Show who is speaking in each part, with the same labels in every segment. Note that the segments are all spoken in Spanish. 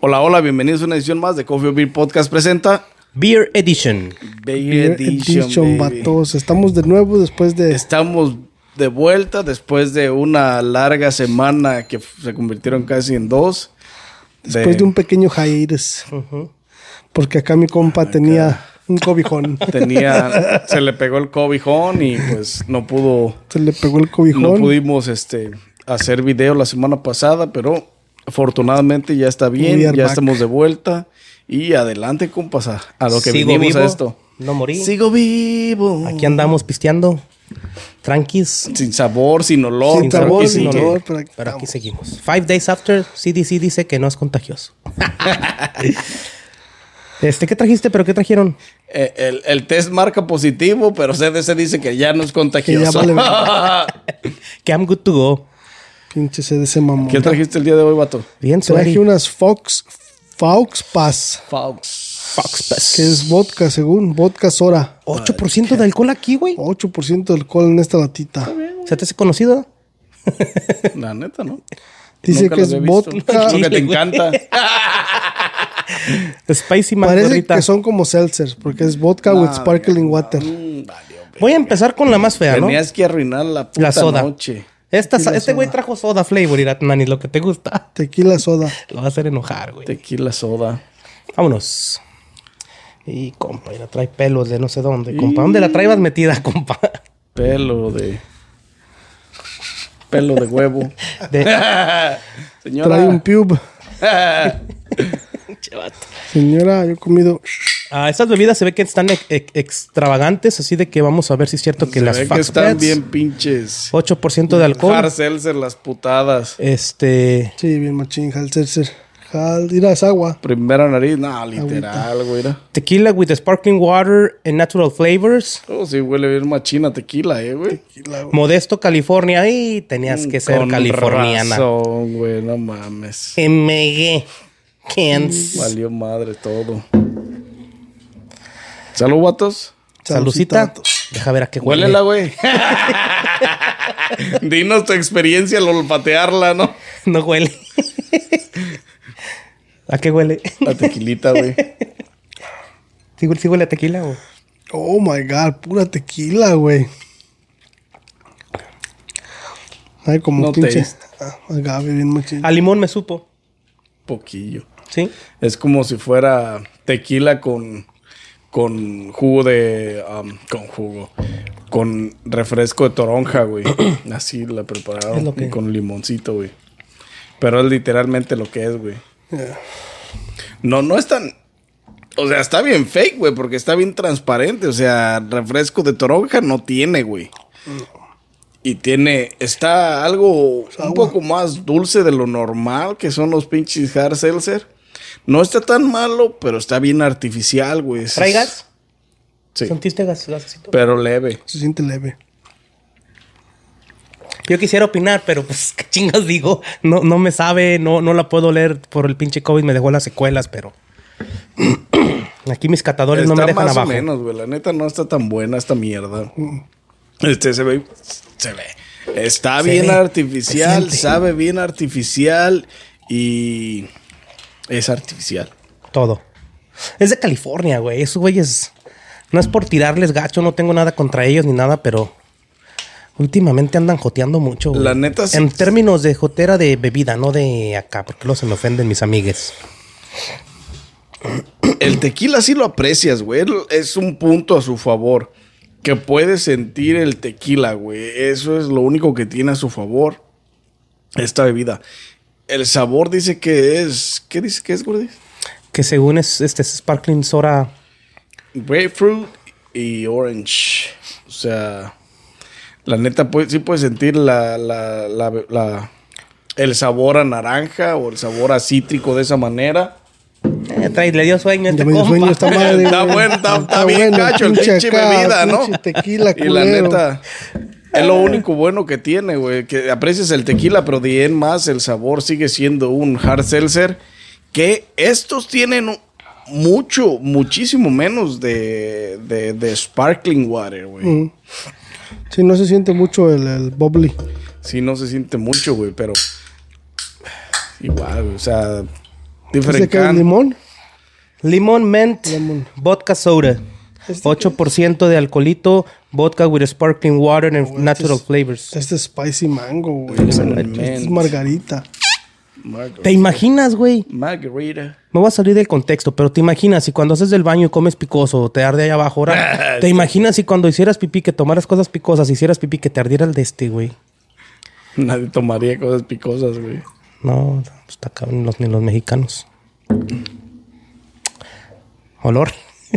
Speaker 1: Hola, hola, bienvenidos a una edición más de Coffee or Beer Podcast presenta
Speaker 2: Beer Edition.
Speaker 1: Beer
Speaker 3: Beer
Speaker 1: Edition.
Speaker 3: Edition,
Speaker 1: baby. Este,
Speaker 3: vatos. Estamos de nuevo después de.
Speaker 1: Estamos de vuelta después de una larga semana que f- se convirtieron casi en dos.
Speaker 3: Después de un pequeño hiatus. Porque acá mi compa tenía un cobijón.
Speaker 1: tenía se le pegó el cobijón y pues no pudo
Speaker 3: Se le pegó el cobijón.
Speaker 1: no pudimos este hacer video la semana pasada, pero afortunadamente ya está bien,
Speaker 3: We
Speaker 1: ya
Speaker 3: are back.
Speaker 1: estamos de vuelta y adelante compas a, a lo que
Speaker 2: Sigo
Speaker 1: vinimos
Speaker 2: vivo,
Speaker 1: a esto.
Speaker 2: No morí.
Speaker 1: Sigo vivo.
Speaker 2: Aquí andamos pisteando. Tranquis.
Speaker 1: sin sabor, sin olor,
Speaker 3: Sin
Speaker 1: claro
Speaker 3: sabor,
Speaker 1: que
Speaker 2: tranquis,
Speaker 3: sin
Speaker 1: sí.
Speaker 2: no, no.
Speaker 3: olor, pero aquí
Speaker 2: Pero aquí seguimos. Five days after, CDC dice que no es contagioso. este, ¿qué trajiste? ¿Pero qué trajeron?
Speaker 1: Eh, El, el test marca positivo, pero CDC dice que ya no es
Speaker 3: Que
Speaker 1: contagioso.
Speaker 3: ya vale
Speaker 2: Que I'm good to go.
Speaker 3: pinche se de ese mamón.
Speaker 1: ¿Qué trajiste el día de hoy, vato?
Speaker 2: Bien,
Speaker 3: Traje
Speaker 2: suave.
Speaker 3: unas Fox. Fox Pass.
Speaker 1: Fox.
Speaker 2: pues,
Speaker 3: Que es vodka, según. Vodka Sora.
Speaker 2: 8% de alcohol aquí, güey.
Speaker 3: 8% de alcohol en esta latita.
Speaker 2: ¿Se te hace conocido?
Speaker 1: La neta, ¿no?
Speaker 3: Dice
Speaker 1: Nunca
Speaker 3: que
Speaker 1: los
Speaker 3: es
Speaker 1: había visto.
Speaker 3: vodka.
Speaker 1: Lo que te encanta.
Speaker 2: Spicy
Speaker 3: Parece
Speaker 2: margarita.
Speaker 3: que son como seltzers, porque es vodka with sparkling water.
Speaker 1: Mm, valió, güey.
Speaker 2: Voy a empezar con la más fea, ¿no?
Speaker 1: Tenías que arruinar la puta
Speaker 2: La soda.
Speaker 1: noche.
Speaker 2: Esta, este güey trajo soda flavor, Irat Nani, lo que te gusta.
Speaker 3: Tequila soda.
Speaker 2: Lo va a hacer enojar, güey.
Speaker 1: Tequila soda.
Speaker 2: Vámonos. Y compa, y la trae pelos de no sé dónde, compa. ¿Dónde la traibas metida, compa?
Speaker 1: Pelo de. Pelo de huevo.
Speaker 2: De
Speaker 1: Señora.
Speaker 3: Trae un pube.
Speaker 2: Che, vato.
Speaker 3: Señora, yo he comido.
Speaker 2: Ah, estas bebidas se ve que están ex- ex- extravagantes, así de que vamos a ver si es cierto que
Speaker 1: se
Speaker 2: las
Speaker 1: ve que
Speaker 2: Fox
Speaker 1: están
Speaker 2: Reds,
Speaker 1: bien pinches.
Speaker 2: 8% de alcohol.
Speaker 1: Hard seltzer, las putadas.
Speaker 2: Este.
Speaker 3: Sí, bien machín, Halserser. Hal, mira, es agua.
Speaker 1: Primera nariz, no, literal, güey. era.
Speaker 2: Tequila with sparkling water and natural flavors.
Speaker 1: Oh, sí, huele bien machina tequila, eh, güey.
Speaker 2: Modesto, California. Ay, tenías que ser
Speaker 1: Mm, Con
Speaker 2: californiana.
Speaker 1: razón, güey, no mames.
Speaker 2: MG. Cans.
Speaker 1: Valió madre todo. Salud, vatos.
Speaker 2: Salucita. Deja ver a qué huele.
Speaker 1: Huélela, güey. Dinos tu experiencia al olfatearla, ¿no?
Speaker 2: No huele. ¿A qué huele?
Speaker 1: La tequilita, güey.
Speaker 2: ¿Sí, huele- sí huele a tequila o?
Speaker 3: Oh my god, pura tequila, güey. Ay, como
Speaker 1: No
Speaker 3: pinche.
Speaker 1: taste.
Speaker 3: Ah, agave, bien machín.
Speaker 2: A limón me supo.
Speaker 1: Poquillo.
Speaker 2: Sí.
Speaker 1: Es como si fuera tequila con, con jugo de. am, con jugo. Con refresco de toronja, güey. Así la prepararon.
Speaker 2: Es lo que-
Speaker 1: y con limoncito, güey. Pero es literalmente lo que es, güey.
Speaker 3: Yeah.
Speaker 1: No, no es tan. O sea, está bien fake, güey, porque está bien transparente. O sea, refresco de toronja no tiene, güey. Y tiene. Está algo un poco más dulce de lo normal, que son los pinches hard seltzer. No está tan malo, pero está bien artificial, güey. Es-
Speaker 2: ¿Trae gas?
Speaker 1: Sí.
Speaker 2: ¿Sentiste gas, gasecito?
Speaker 1: Pero leve.
Speaker 3: Se siente leve.
Speaker 2: Yo quisiera opinar, pero pues, ¿qué chingas digo? No, no me sabe, no, no la puedo leer por el pinche COVID, me dejó las secuelas, pero. Aquí mis catadores
Speaker 1: está
Speaker 2: no me dejan
Speaker 1: más
Speaker 2: abajo.
Speaker 1: o menos, güey. La neta no está tan buena esta mierda. Este se ve. Se ve. Está
Speaker 2: Se
Speaker 1: bien
Speaker 2: ve, se
Speaker 1: artificial,
Speaker 2: siente.
Speaker 1: sabe bien artificial y. Es artificial.
Speaker 2: Todo. Es de California, güey. Esos güeyes. No es por tirarles gacho, no tengo nada contra ellos ni nada, pero. Últimamente andan joteando mucho, güey.
Speaker 1: La neta sí.
Speaker 2: En términos de jotera de bebida, no de acá, porque luego se me ofenden mis amigues.
Speaker 1: El tequila sí lo aprecias, güey. Es un punto a su favor. Que puedes sentir el tequila, güey. Eso es lo único que tiene a su favor. Esta bebida. El sabor dice que es. ¿Qué dice que es, güey?
Speaker 2: Que según es este es Sparkling Soda.
Speaker 1: grapefruit y orange. O sea, la neta puede- sí puedes sentir la, la- la- la- el sabor a naranja o el sabor a cítrico de esa manera.
Speaker 2: Eh, trae- le dio sueño a este
Speaker 3: Ya me dio
Speaker 2: compa.
Speaker 3: sueño esta madre.
Speaker 1: Está
Speaker 3: güey.
Speaker 1: bueno, está, está bien
Speaker 3: bueno,
Speaker 1: cacho el pinche
Speaker 3: acá,
Speaker 1: bebida, ¿no?
Speaker 3: pinche tequila,
Speaker 1: y la
Speaker 3: culero.
Speaker 1: neta, es lo único bueno que tiene, güey. Que aprecias el tequila, pero de ahí en más el sabor sigue siendo un hard seltzer. Que estos tienen un- mucho, muchísimo menos de, de, de sparkling water, güey.
Speaker 3: Mm. Sí, no se siente mucho el, el bubbly.
Speaker 1: Sí, no se siente mucho, güey, pero igual, güey, o sea, Different
Speaker 3: que
Speaker 1: can.
Speaker 3: limón?
Speaker 2: Limón Mint
Speaker 3: Lemon.
Speaker 2: Vodka Soda. 8% de alcoholito, vodka with sparkling water and natural flavors.
Speaker 3: Este es spicy mango, güey.
Speaker 1: Lemon
Speaker 3: Este es
Speaker 1: mint.
Speaker 3: margarita.
Speaker 1: Margar-
Speaker 2: ¿Te imaginas, güey?
Speaker 1: Margarita.
Speaker 2: Me voy a salir del contexto, pero te imaginas si cuando haces del baño y comes picoso o te arde ahí abajo, ahora. ¿Te imaginas si cuando hicieras pipí, que tomaras cosas picosas, hicieras pipí, que te ardiera el de este, güey?
Speaker 1: Nadie tomaría cosas picosas, güey.
Speaker 2: No, pues está cabrón, los, ni los mexicanos. Olor.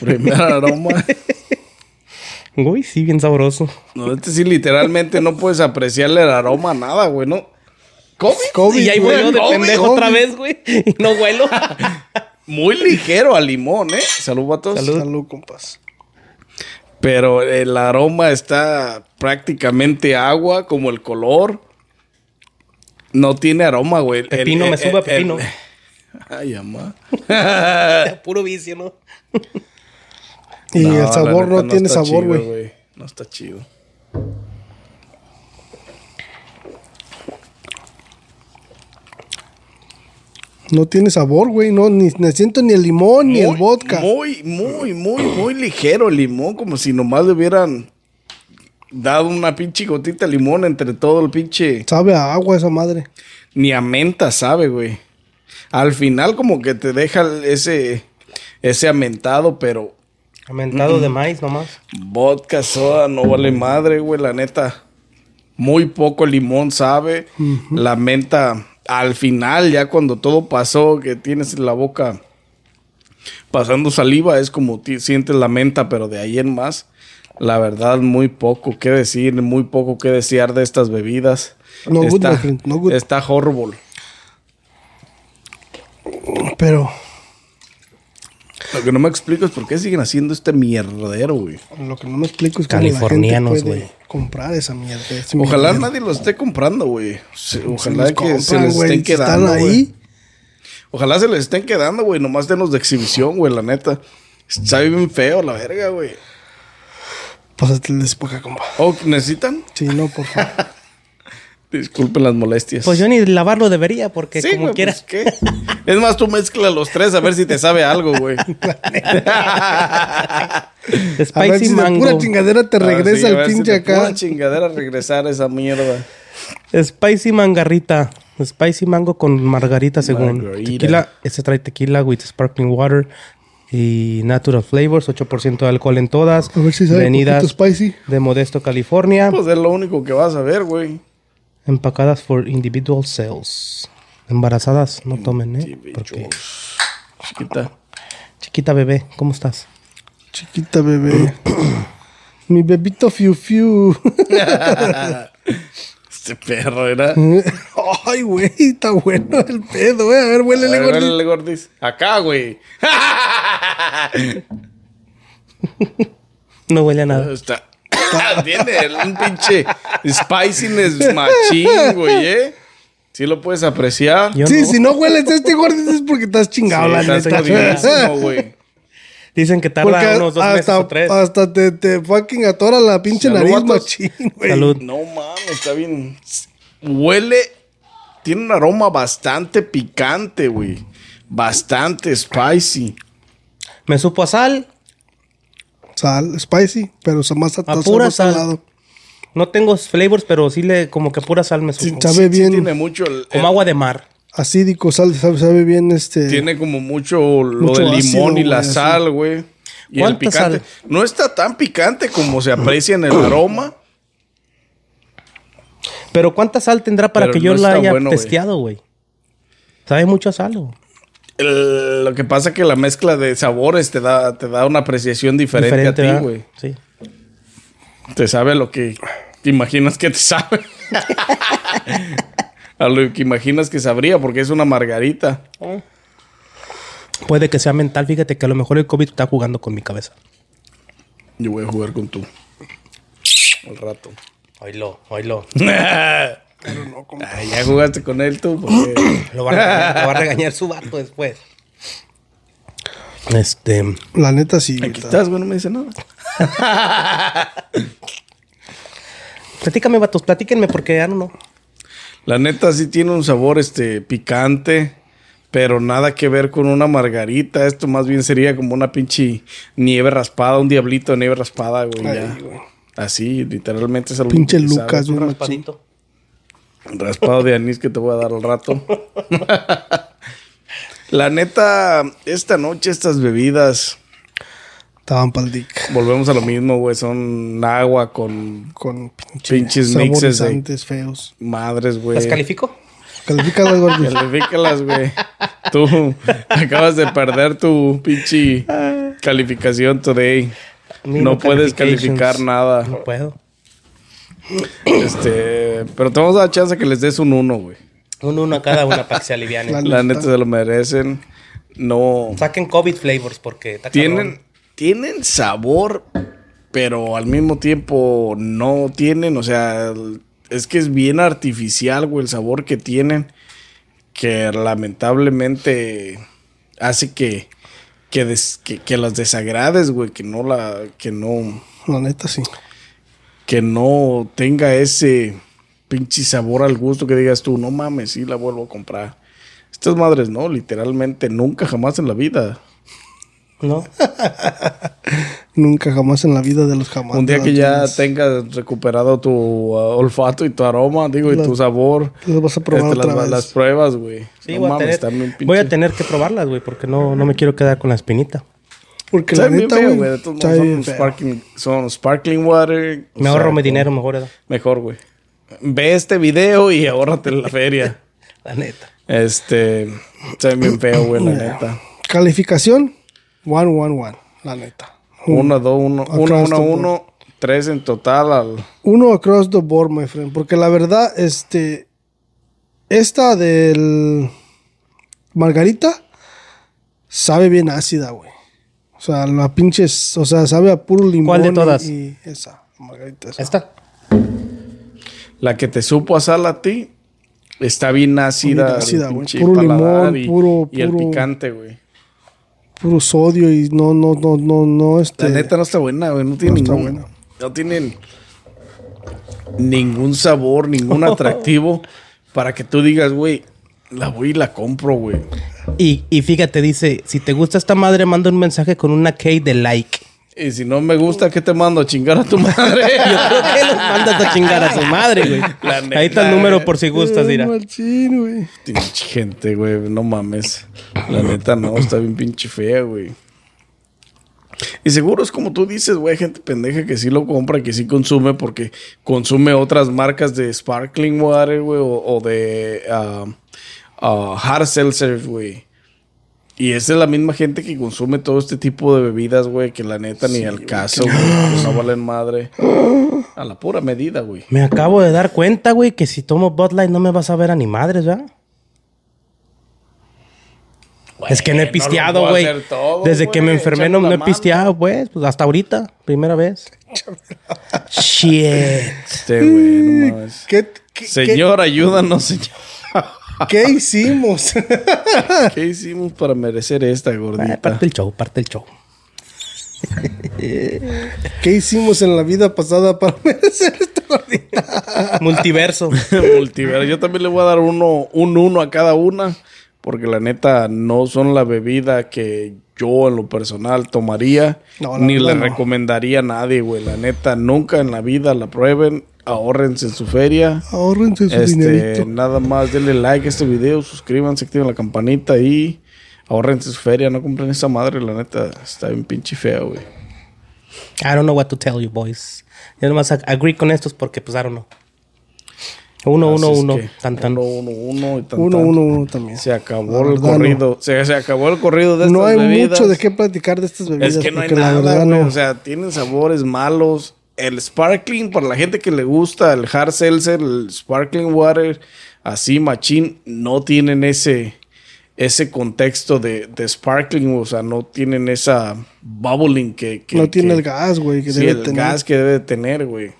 Speaker 1: Primer aroma.
Speaker 2: Güey, sí, bien sabroso.
Speaker 1: No, este sí literalmente no puedes apreciarle el aroma a nada, güey, ¿no? ¿Covid?
Speaker 3: COVID,
Speaker 2: Y ahí voy
Speaker 1: güey,
Speaker 2: yo de
Speaker 1: COVID,
Speaker 2: pendejo
Speaker 1: COVID.
Speaker 2: otra vez, güey. Y no huelo.
Speaker 1: Muy ligero a limón, ¿eh? Salud, vatos.
Speaker 3: Salud. compas.
Speaker 1: Pero el aroma está prácticamente agua, como el color. No tiene aroma, güey. El-
Speaker 2: Pepino,
Speaker 1: el-
Speaker 2: me
Speaker 1: el-
Speaker 2: sube a
Speaker 1: el-
Speaker 2: pepino.
Speaker 1: Ay, amá.
Speaker 2: Puro vicio, ¿no?
Speaker 3: Y
Speaker 1: No,
Speaker 3: el
Speaker 1: la
Speaker 3: sabor
Speaker 1: neta
Speaker 3: no, tiene
Speaker 1: está
Speaker 3: sabor,
Speaker 1: chido,
Speaker 3: güey.
Speaker 1: No está chido.
Speaker 3: No tiene sabor, güey. No, ni, ni siento ni el limón ni el
Speaker 1: Muy,
Speaker 3: vodka.
Speaker 1: Muy, muy, muy, muy ligero el limón, como si nomás le hubieran dado una pinche gotita de limón entre todo el pinche.
Speaker 3: Sabe a agua esa madre.
Speaker 1: Ni a menta sabe, güey. Al final, como que te deja ese, ese amentado, pero
Speaker 2: Aumentado de maíz nomás.
Speaker 1: vodka, soda, no vale madre, güey, la neta. Muy poco limón sabe. La menta, al final, ya cuando todo pasó, que tienes la boca pasando saliva, es como ti- sientes la menta, pero de ahí en más, la verdad, muy poco que decir, muy poco que desear de estas bebidas.
Speaker 3: No good,
Speaker 1: está,
Speaker 3: my friend, no good.
Speaker 1: Está horrible.
Speaker 3: Pero
Speaker 1: Lo que no me explico es por qué siguen haciendo este mierdero, güey.
Speaker 3: lo que no me explico es cómo la gente
Speaker 2: Californianos,
Speaker 3: puede
Speaker 2: güey.
Speaker 3: comprar esa mierda. ese
Speaker 1: Ojalá
Speaker 3: mierdero.
Speaker 1: nadie lo esté comprando, güey. Se-
Speaker 3: Se
Speaker 1: Ojalá
Speaker 3: los
Speaker 1: que se
Speaker 3: compran,
Speaker 1: les
Speaker 3: güey,
Speaker 1: estén
Speaker 3: si están
Speaker 1: quedando.
Speaker 3: ahí.
Speaker 1: güey. Ojalá se les estén quedando, güey. Nomás denos de exhibición, güey, la neta. Sabe bien feo la verga, güey.
Speaker 3: Pásate el despoca, compa.
Speaker 1: Oh, ¿necesitan?
Speaker 3: pues, Sí, no, por favor.
Speaker 1: Disculpen las molestias.
Speaker 2: Pues yo ni lavarlo debería, porque
Speaker 1: Sí,
Speaker 2: como
Speaker 1: güey,
Speaker 2: quiera.
Speaker 1: pues, ¿qué? Es más, tú mezcla los tres a ver si te sabe algo, güey.
Speaker 3: A ver
Speaker 2: Spicy
Speaker 3: si de
Speaker 2: mango.
Speaker 3: pura chingadera te
Speaker 1: A ver si-
Speaker 3: regresa
Speaker 1: a
Speaker 3: el
Speaker 1: ver si
Speaker 3: pinche
Speaker 1: te
Speaker 3: acá.
Speaker 1: pura chingadera regresar esa mierda.
Speaker 2: Spicy mangarrita. Spicy mango con margarita según.
Speaker 1: Margarita.
Speaker 2: Tequila. Este trae tequila with sparkling water y natural flavors. 8% de alcohol en todas.
Speaker 3: A ver si sabe
Speaker 2: Venidas
Speaker 3: poquito spicy.
Speaker 2: de Modesto, California.
Speaker 1: Pues es lo único que vas a ver, güey.
Speaker 2: Empacadas for individual sales. Embarazadas, no tomen, ¿eh? Porque...
Speaker 1: Bichos. Chiquita.
Speaker 2: Chiquita bebé, ¿cómo estás?
Speaker 3: Chiquita bebé. Mi bebito fiu fiu.
Speaker 1: Este perro era.
Speaker 3: Mm. Ay, güey, está bueno el pedo, eh. A ver,
Speaker 1: A
Speaker 3: huélele,
Speaker 1: ver,
Speaker 3: gordito.
Speaker 1: huélele, gordis. Acá, güey.
Speaker 2: No huele a nada.
Speaker 1: Está. Tiene un pinche spiciness machín, güey, ¿eh? Sí lo puedes apreciar.
Speaker 2: Yo
Speaker 3: Sí,
Speaker 2: no.
Speaker 3: si no hueles a este gordito es porque estás chingado,
Speaker 1: Sí,
Speaker 3: la
Speaker 1: estás
Speaker 3: neta.
Speaker 1: jodidísimo, güey.
Speaker 2: Dicen que tarda
Speaker 3: Porque
Speaker 2: unos dos meses
Speaker 3: hasta,
Speaker 2: o tres.
Speaker 3: hasta te, te fucking atora la pinche
Speaker 1: Salud,
Speaker 3: nariz
Speaker 1: vatos.
Speaker 3: machín, güey.
Speaker 2: Salud.
Speaker 1: No mames, está bien. Huele. Tiene un aroma bastante picante, güey. Bastante spicy.
Speaker 2: Me supo a sal.
Speaker 3: Sal, spicy, pero se más
Speaker 2: A
Speaker 3: atasado,
Speaker 2: pura
Speaker 3: más
Speaker 2: sal.
Speaker 3: salado.
Speaker 2: No tengo flavors, pero sí le como que pura sal me supo.
Speaker 3: Sí, sabe
Speaker 1: Sí
Speaker 3: bien
Speaker 1: tiene mucho. el- el-
Speaker 2: como agua de mar.
Speaker 3: acídico, sal, sabe, sabe bien este.
Speaker 1: Tiene como mucho lo
Speaker 3: Mucho
Speaker 1: del
Speaker 3: ácido,
Speaker 1: limón y la
Speaker 3: güey, así.
Speaker 1: sal, güey. Y el
Speaker 2: ¿Cuánta
Speaker 1: picante.
Speaker 2: sal?
Speaker 1: No está tan picante como se aprecia en el aroma.
Speaker 2: Pero ¿cuánta sal tendrá para
Speaker 1: Pero
Speaker 2: que yo
Speaker 1: no
Speaker 2: la
Speaker 1: está
Speaker 2: haya
Speaker 1: bueno, güey.
Speaker 2: testeado, güey? Sabe mucho a sal, güey.
Speaker 1: El- lo que pasa es que la mezcla de sabores te da, te da una apreciación diferente, a
Speaker 2: ¿verdad?
Speaker 1: ti, güey.
Speaker 2: Sí.
Speaker 1: Te sabe a lo que te imaginas que te sabe. a lo que imaginas que sabría, porque es una margarita.
Speaker 2: Puede que sea mental, fíjate que a lo mejor el COVID está jugando con mi cabeza.
Speaker 1: Yo voy a jugar con tú. Al rato.
Speaker 2: Oílo, oílo.
Speaker 1: Ah, ya jugaste con él tú. Porque...
Speaker 2: Lo va a regañar, lo va a regañar su vato después. Este.
Speaker 3: La neta sí.
Speaker 1: Aquí
Speaker 3: está.
Speaker 1: estás, güey, no me dice nada.
Speaker 2: Platícame, vatos, platíquenme porque ya no.
Speaker 1: La neta sí tiene un sabor este picante, Pero nada que ver con una margarita. Esto más bien sería como una pinche nieve raspada, un diablito de nieve raspada, güey.
Speaker 3: Ay,
Speaker 1: ya.
Speaker 3: güey.
Speaker 1: Así, literalmente es algo
Speaker 3: Pinche
Speaker 1: que sabe.
Speaker 3: Lucas, güey. machín.
Speaker 2: Raspadito.
Speaker 1: Raspado de anís que te voy a dar al rato. La neta, esta noche estas bebidas,
Speaker 3: Estaban pa'l dick.
Speaker 1: volvemos a lo mismo, güey, son agua con
Speaker 3: Con pinche
Speaker 1: pinches mixes de
Speaker 3: saborizantes feos.
Speaker 1: madres, güey.
Speaker 2: ¿Las califico?
Speaker 3: Califícalas, gordo.
Speaker 1: Califícalas, güey. Tú acabas de perder tu pinche calificación today. No puedes calificar nada.
Speaker 2: No puedo.
Speaker 1: Este, pero te vamos a dar chance que les des un uno, güey.
Speaker 2: Un uno a cada una para que se alivianen.
Speaker 1: La neta se lo merecen. No.
Speaker 2: Saquen COVID flavors porque está
Speaker 1: Tienen,
Speaker 2: cabrón.
Speaker 1: tienen sabor, pero al mismo tiempo no tienen. O sea, el- es que es bien artificial, güey, el sabor que tienen. Que lamentablemente hace que, que, des- que, que las desagrades, güey. Que no la. Que no.
Speaker 3: La neta, sí.
Speaker 1: Que no tenga ese pinche sabor al gusto que digas tú, no mames, sí la vuelvo a comprar. Estas madres, no, literalmente nunca jamás en la vida.
Speaker 2: ¿No?
Speaker 3: Nunca jamás en la vida de los jamás.
Speaker 1: Un día que ya
Speaker 3: Las-
Speaker 1: tengas recuperado tu uh, olfato y tu aroma, digo, y
Speaker 3: Las-
Speaker 1: tu sabor.
Speaker 3: las vas a probar
Speaker 1: este,
Speaker 3: otra
Speaker 1: las,
Speaker 3: vez.
Speaker 1: las pruebas, güey.
Speaker 2: Sí,
Speaker 1: No
Speaker 2: voy,
Speaker 1: mames,
Speaker 2: a
Speaker 1: están bien
Speaker 2: tener,
Speaker 1: pinche-
Speaker 2: voy a tener que probarlas, güey, porque no, no me quiero quedar con la espinita.
Speaker 3: Porque la
Speaker 1: Saben bien
Speaker 3: neta,
Speaker 1: feo, güey.
Speaker 3: güey.
Speaker 1: De todos modos,
Speaker 3: sabe bien
Speaker 1: Son
Speaker 3: feo.
Speaker 1: sparkling, son sparkling water. o
Speaker 2: Me ahorro
Speaker 1: sea,
Speaker 2: mi dinero, mejor edad.
Speaker 1: Mejor, güey. Ve este video y ahórrate la feria.
Speaker 2: La neta.
Speaker 1: Este. Está bien feo, güey, la neta.
Speaker 3: Calificación: 1, 1, 1. La neta.
Speaker 1: Uno, dos, uno, uno,
Speaker 3: está
Speaker 1: uno,
Speaker 3: un
Speaker 1: uno. Tres en total al.
Speaker 3: Uno across the board, my friend. Porque la verdad, este. Esta del. Margarita. Sabe bien ácida, güey. O sea, la pinches. O sea, sabe a puro limón.
Speaker 2: ¿Cuál de
Speaker 3: y-
Speaker 2: todas?
Speaker 3: Y esa, Margarita. esa.
Speaker 2: Esta.
Speaker 1: La que te supo asar a ti está bien ácida.
Speaker 3: Bien
Speaker 1: el
Speaker 3: ácida, güey.
Speaker 1: pinche
Speaker 3: Puro limón,
Speaker 1: paladar y-
Speaker 3: puro-
Speaker 1: Y el
Speaker 3: puro-
Speaker 1: picante, güey.
Speaker 3: Puro sodio y no, no, no, no, no, este.
Speaker 1: La neta no está buena, güey. No tiene
Speaker 3: No está
Speaker 1: ningún.
Speaker 3: buena.
Speaker 1: No tienen ningún sabor, ningún atractivo para que tú digas, güey, la voy y la compro, güey.
Speaker 2: Y, y fíjate, dice, si te gusta esta madre, manda un mensaje con una K de like.
Speaker 1: Y si no me gusta, ¿qué te mando? ¿Chingar a tu madre?
Speaker 2: Yo creo que los mandas a chingar a su madre, güey.
Speaker 1: La
Speaker 2: Ahí está
Speaker 1: neta,
Speaker 2: el número
Speaker 1: güey.
Speaker 2: por si gustas,
Speaker 3: Eh,
Speaker 2: dirá.
Speaker 3: machín, güey.
Speaker 1: Pinche gente, güey, no mames. La neta no, está bien pinche fea, güey. Y seguro es como tú dices, güey, gente pendeja que sí lo compra, que sí consume, porque consume otras marcas de Sparkling Water, güey, o, o de ah, ah, Hard Seltzer, güey. Y esa es la misma gente que consume todo este tipo de bebidas, güey, que la neta ni al caso, güey, pues no valen madre. A la pura medida, güey.
Speaker 2: Me acabo de dar cuenta, güey, que si tomo Bud Light no me vas a ver a ni madres, ¿verdad? es que no he
Speaker 1: lo
Speaker 2: pisteado,
Speaker 1: puedo
Speaker 2: güey.
Speaker 1: hacer todo,
Speaker 2: Desde que me
Speaker 1: güey.
Speaker 2: enfermé
Speaker 1: Échame
Speaker 2: no, no
Speaker 1: la
Speaker 2: he
Speaker 1: mano.
Speaker 2: pisteado, pues. pues, Hasta ahorita, primera vez. Shit.
Speaker 1: Este, güey, no mames.
Speaker 3: ¿Qué, qué,
Speaker 1: Señor, ayúdanos, señor.
Speaker 3: qué- qué hicimos?
Speaker 1: ¿Qué hicimos para merecer esta
Speaker 2: Ah,
Speaker 1: gordita?
Speaker 2: Parte el show, parte el show.
Speaker 3: ¿Qué hicimos en la vida pasada para merecer esto?
Speaker 2: Multiverso.
Speaker 1: Multiverso. Yo también le voy a dar uno, un uno a cada una, porque la neta no son la bebida que yo en lo personal tomaría,
Speaker 3: No, la
Speaker 1: ni
Speaker 3: verdad
Speaker 1: la
Speaker 3: no.
Speaker 1: recomendaría a nadie, güey. La neta, nunca en la vida la prueben, ahórrense en su feria.
Speaker 3: Ahorrense su
Speaker 1: Este,
Speaker 3: dinerito.
Speaker 1: nada más, denle like a este video, suscríbanse, activen la campanita y ahorrense su feria, no compren esa madre, la neta, está bien pinche fea, güey.
Speaker 2: I don't know what to tell you, boys. Yo nomás ag- agree con estos porque, pues, I don't know. Uno, uno,
Speaker 1: Así es
Speaker 2: uno.
Speaker 1: que,
Speaker 2: Tan, tan.
Speaker 1: Uno, uno, uno y tan,
Speaker 3: Uno,
Speaker 1: tan.
Speaker 3: uno, uno también.
Speaker 1: Se
Speaker 3: La
Speaker 1: acabó el
Speaker 3: verdad,
Speaker 1: corrido. Se, se acabó el corrido de estas
Speaker 3: No hay
Speaker 1: bebidas.
Speaker 3: mucho de qué platicar de estas bebidas.
Speaker 1: Es que no hay
Speaker 3: porque la
Speaker 1: nada,
Speaker 3: verdad
Speaker 1: güey.
Speaker 3: no.
Speaker 1: O sea, tienen sabores malos. El sparkling, para la gente que le gusta el hard seltzer, el sparkling water, así machín, no tienen ese, ese contexto de, de sparkling. O sea, no tienen esa bubbling que... que-
Speaker 3: no tiene
Speaker 1: que-
Speaker 3: el gas, güey, que
Speaker 1: sí,
Speaker 3: debe
Speaker 1: el
Speaker 3: tener.
Speaker 1: gas que debe tener, güey.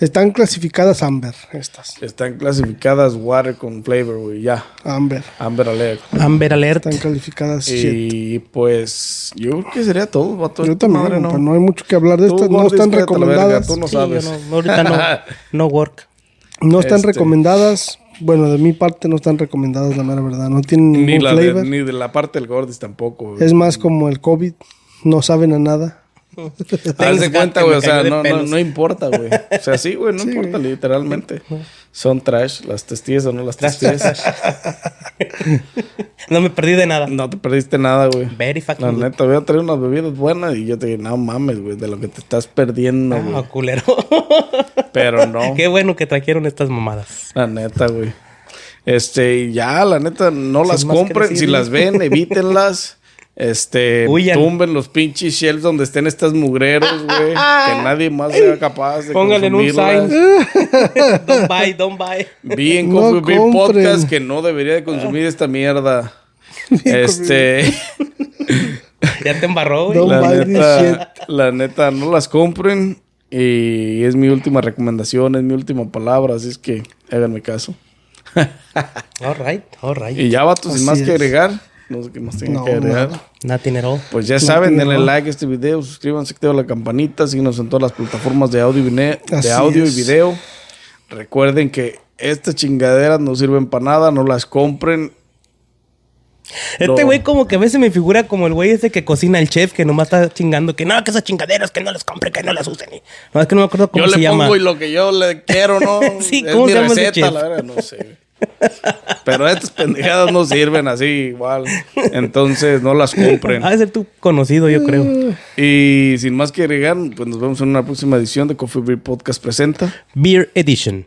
Speaker 3: Están clasificadas Amber, estas.
Speaker 1: Están clasificadas water con flavor, güey. Ya.
Speaker 3: Amber.
Speaker 1: Amber Alert.
Speaker 2: Amber Alert.
Speaker 3: Están calificadas shit.
Speaker 1: Y pues yo creo que sería todo, vato.
Speaker 3: Yo
Speaker 1: Esta
Speaker 3: también,
Speaker 1: madre,
Speaker 3: compa, no. hay mucho que hablar de
Speaker 1: Tú,
Speaker 3: estas. No
Speaker 1: Gordis,
Speaker 3: están
Speaker 1: cállate a la verga,
Speaker 3: recomendadas.
Speaker 1: tú no
Speaker 2: Sí, yo
Speaker 1: sabes.
Speaker 2: no- ahorita no, no work.
Speaker 3: No están
Speaker 1: Este.
Speaker 3: recomendadas. Bueno, de mi parte no están recomendadas, la mera verdad. No tienen
Speaker 1: Ni,
Speaker 3: ningún
Speaker 1: la de,
Speaker 3: flavor.
Speaker 1: ni de la parte del Gordis tampoco. güey.
Speaker 3: Es más como el COVID. No saben a nada.
Speaker 1: Haz de
Speaker 2: Thanks,
Speaker 1: cuenta,
Speaker 2: God,
Speaker 1: güey. O
Speaker 2: que me
Speaker 1: sea,
Speaker 2: cayó de
Speaker 1: no, no,
Speaker 2: pelos.
Speaker 1: no importa, güey. O sea, sí, güey, no importa, literalmente. Son trash, las testillas o no las testillas.
Speaker 2: No me perdí de nada.
Speaker 1: no te perdiste nada, güey.
Speaker 2: Very fucking
Speaker 1: La
Speaker 2: good.
Speaker 1: neta, voy a traer unas bebidas buenas y yo te digo, no mames, güey, de lo que te estás perdiendo, güey.
Speaker 2: Ah, culero.
Speaker 1: Pero no.
Speaker 2: Qué bueno que trajeron estas mamadas.
Speaker 1: La neta, güey. Este, y ya, la neta, no las
Speaker 2: más que
Speaker 1: compren. Si
Speaker 2: decir.
Speaker 1: las ven, evítenlas. Este,
Speaker 2: Huyan.
Speaker 1: tumben los pinches shelves donde estén estas mugreros, güey. que nadie más sea capaz de
Speaker 2: Pónganle en un
Speaker 1: consumirlas.
Speaker 2: Don't buy, don't buy.
Speaker 1: Vi en
Speaker 3: No
Speaker 1: Coffee Bean
Speaker 3: compren.
Speaker 1: Podcast que no debería de consumir esta mierda. este,
Speaker 2: Ya te embarró, güey.
Speaker 3: Don't
Speaker 1: la
Speaker 3: buy this
Speaker 1: neta, la neta, no las compren. Y es mi última recomendación, es mi última palabra, así es que háganme caso.
Speaker 2: All right, all right.
Speaker 1: Y ya, vatos, sin
Speaker 3: Así
Speaker 1: más que
Speaker 3: es.
Speaker 1: agregar. No sé qué más tengo
Speaker 3: No,
Speaker 1: que agregar.
Speaker 3: nada.
Speaker 2: Nothing at all.
Speaker 1: Pues ya
Speaker 3: No
Speaker 1: saben,
Speaker 3: tiene
Speaker 1: denle
Speaker 3: nada.
Speaker 1: like a este video, suscríbanse, activen la campanita, síguenos en todas las plataformas de audio, y vine-
Speaker 3: Así
Speaker 1: de audio y
Speaker 3: es.
Speaker 1: video. Recuerden que estas chingaderas no sirven para nada, no las compren.
Speaker 2: Este
Speaker 1: No.
Speaker 2: güey como que a veces me figura como el güey ese que cocina el chef que nomás está chingando que no, que esas chingaderas que no las compren, que no las usen. Y... No, es que no me acuerdo cómo
Speaker 1: yo
Speaker 2: se
Speaker 1: le
Speaker 2: llama.
Speaker 1: pongo y lo que yo le quiero, ¿no?
Speaker 2: Sí, ¿cómo se llama ese chef?
Speaker 1: la verdad, no sé. güey. Pero estas pendejadas no sirven así igual. Entonces no las compren.
Speaker 2: Ha de ser tu conocido, yo creo.
Speaker 1: Mm. Y sin más que agregar, pues nos vemos en una próxima edición de Coffee Break Podcast Presenta.
Speaker 2: Beer Edition.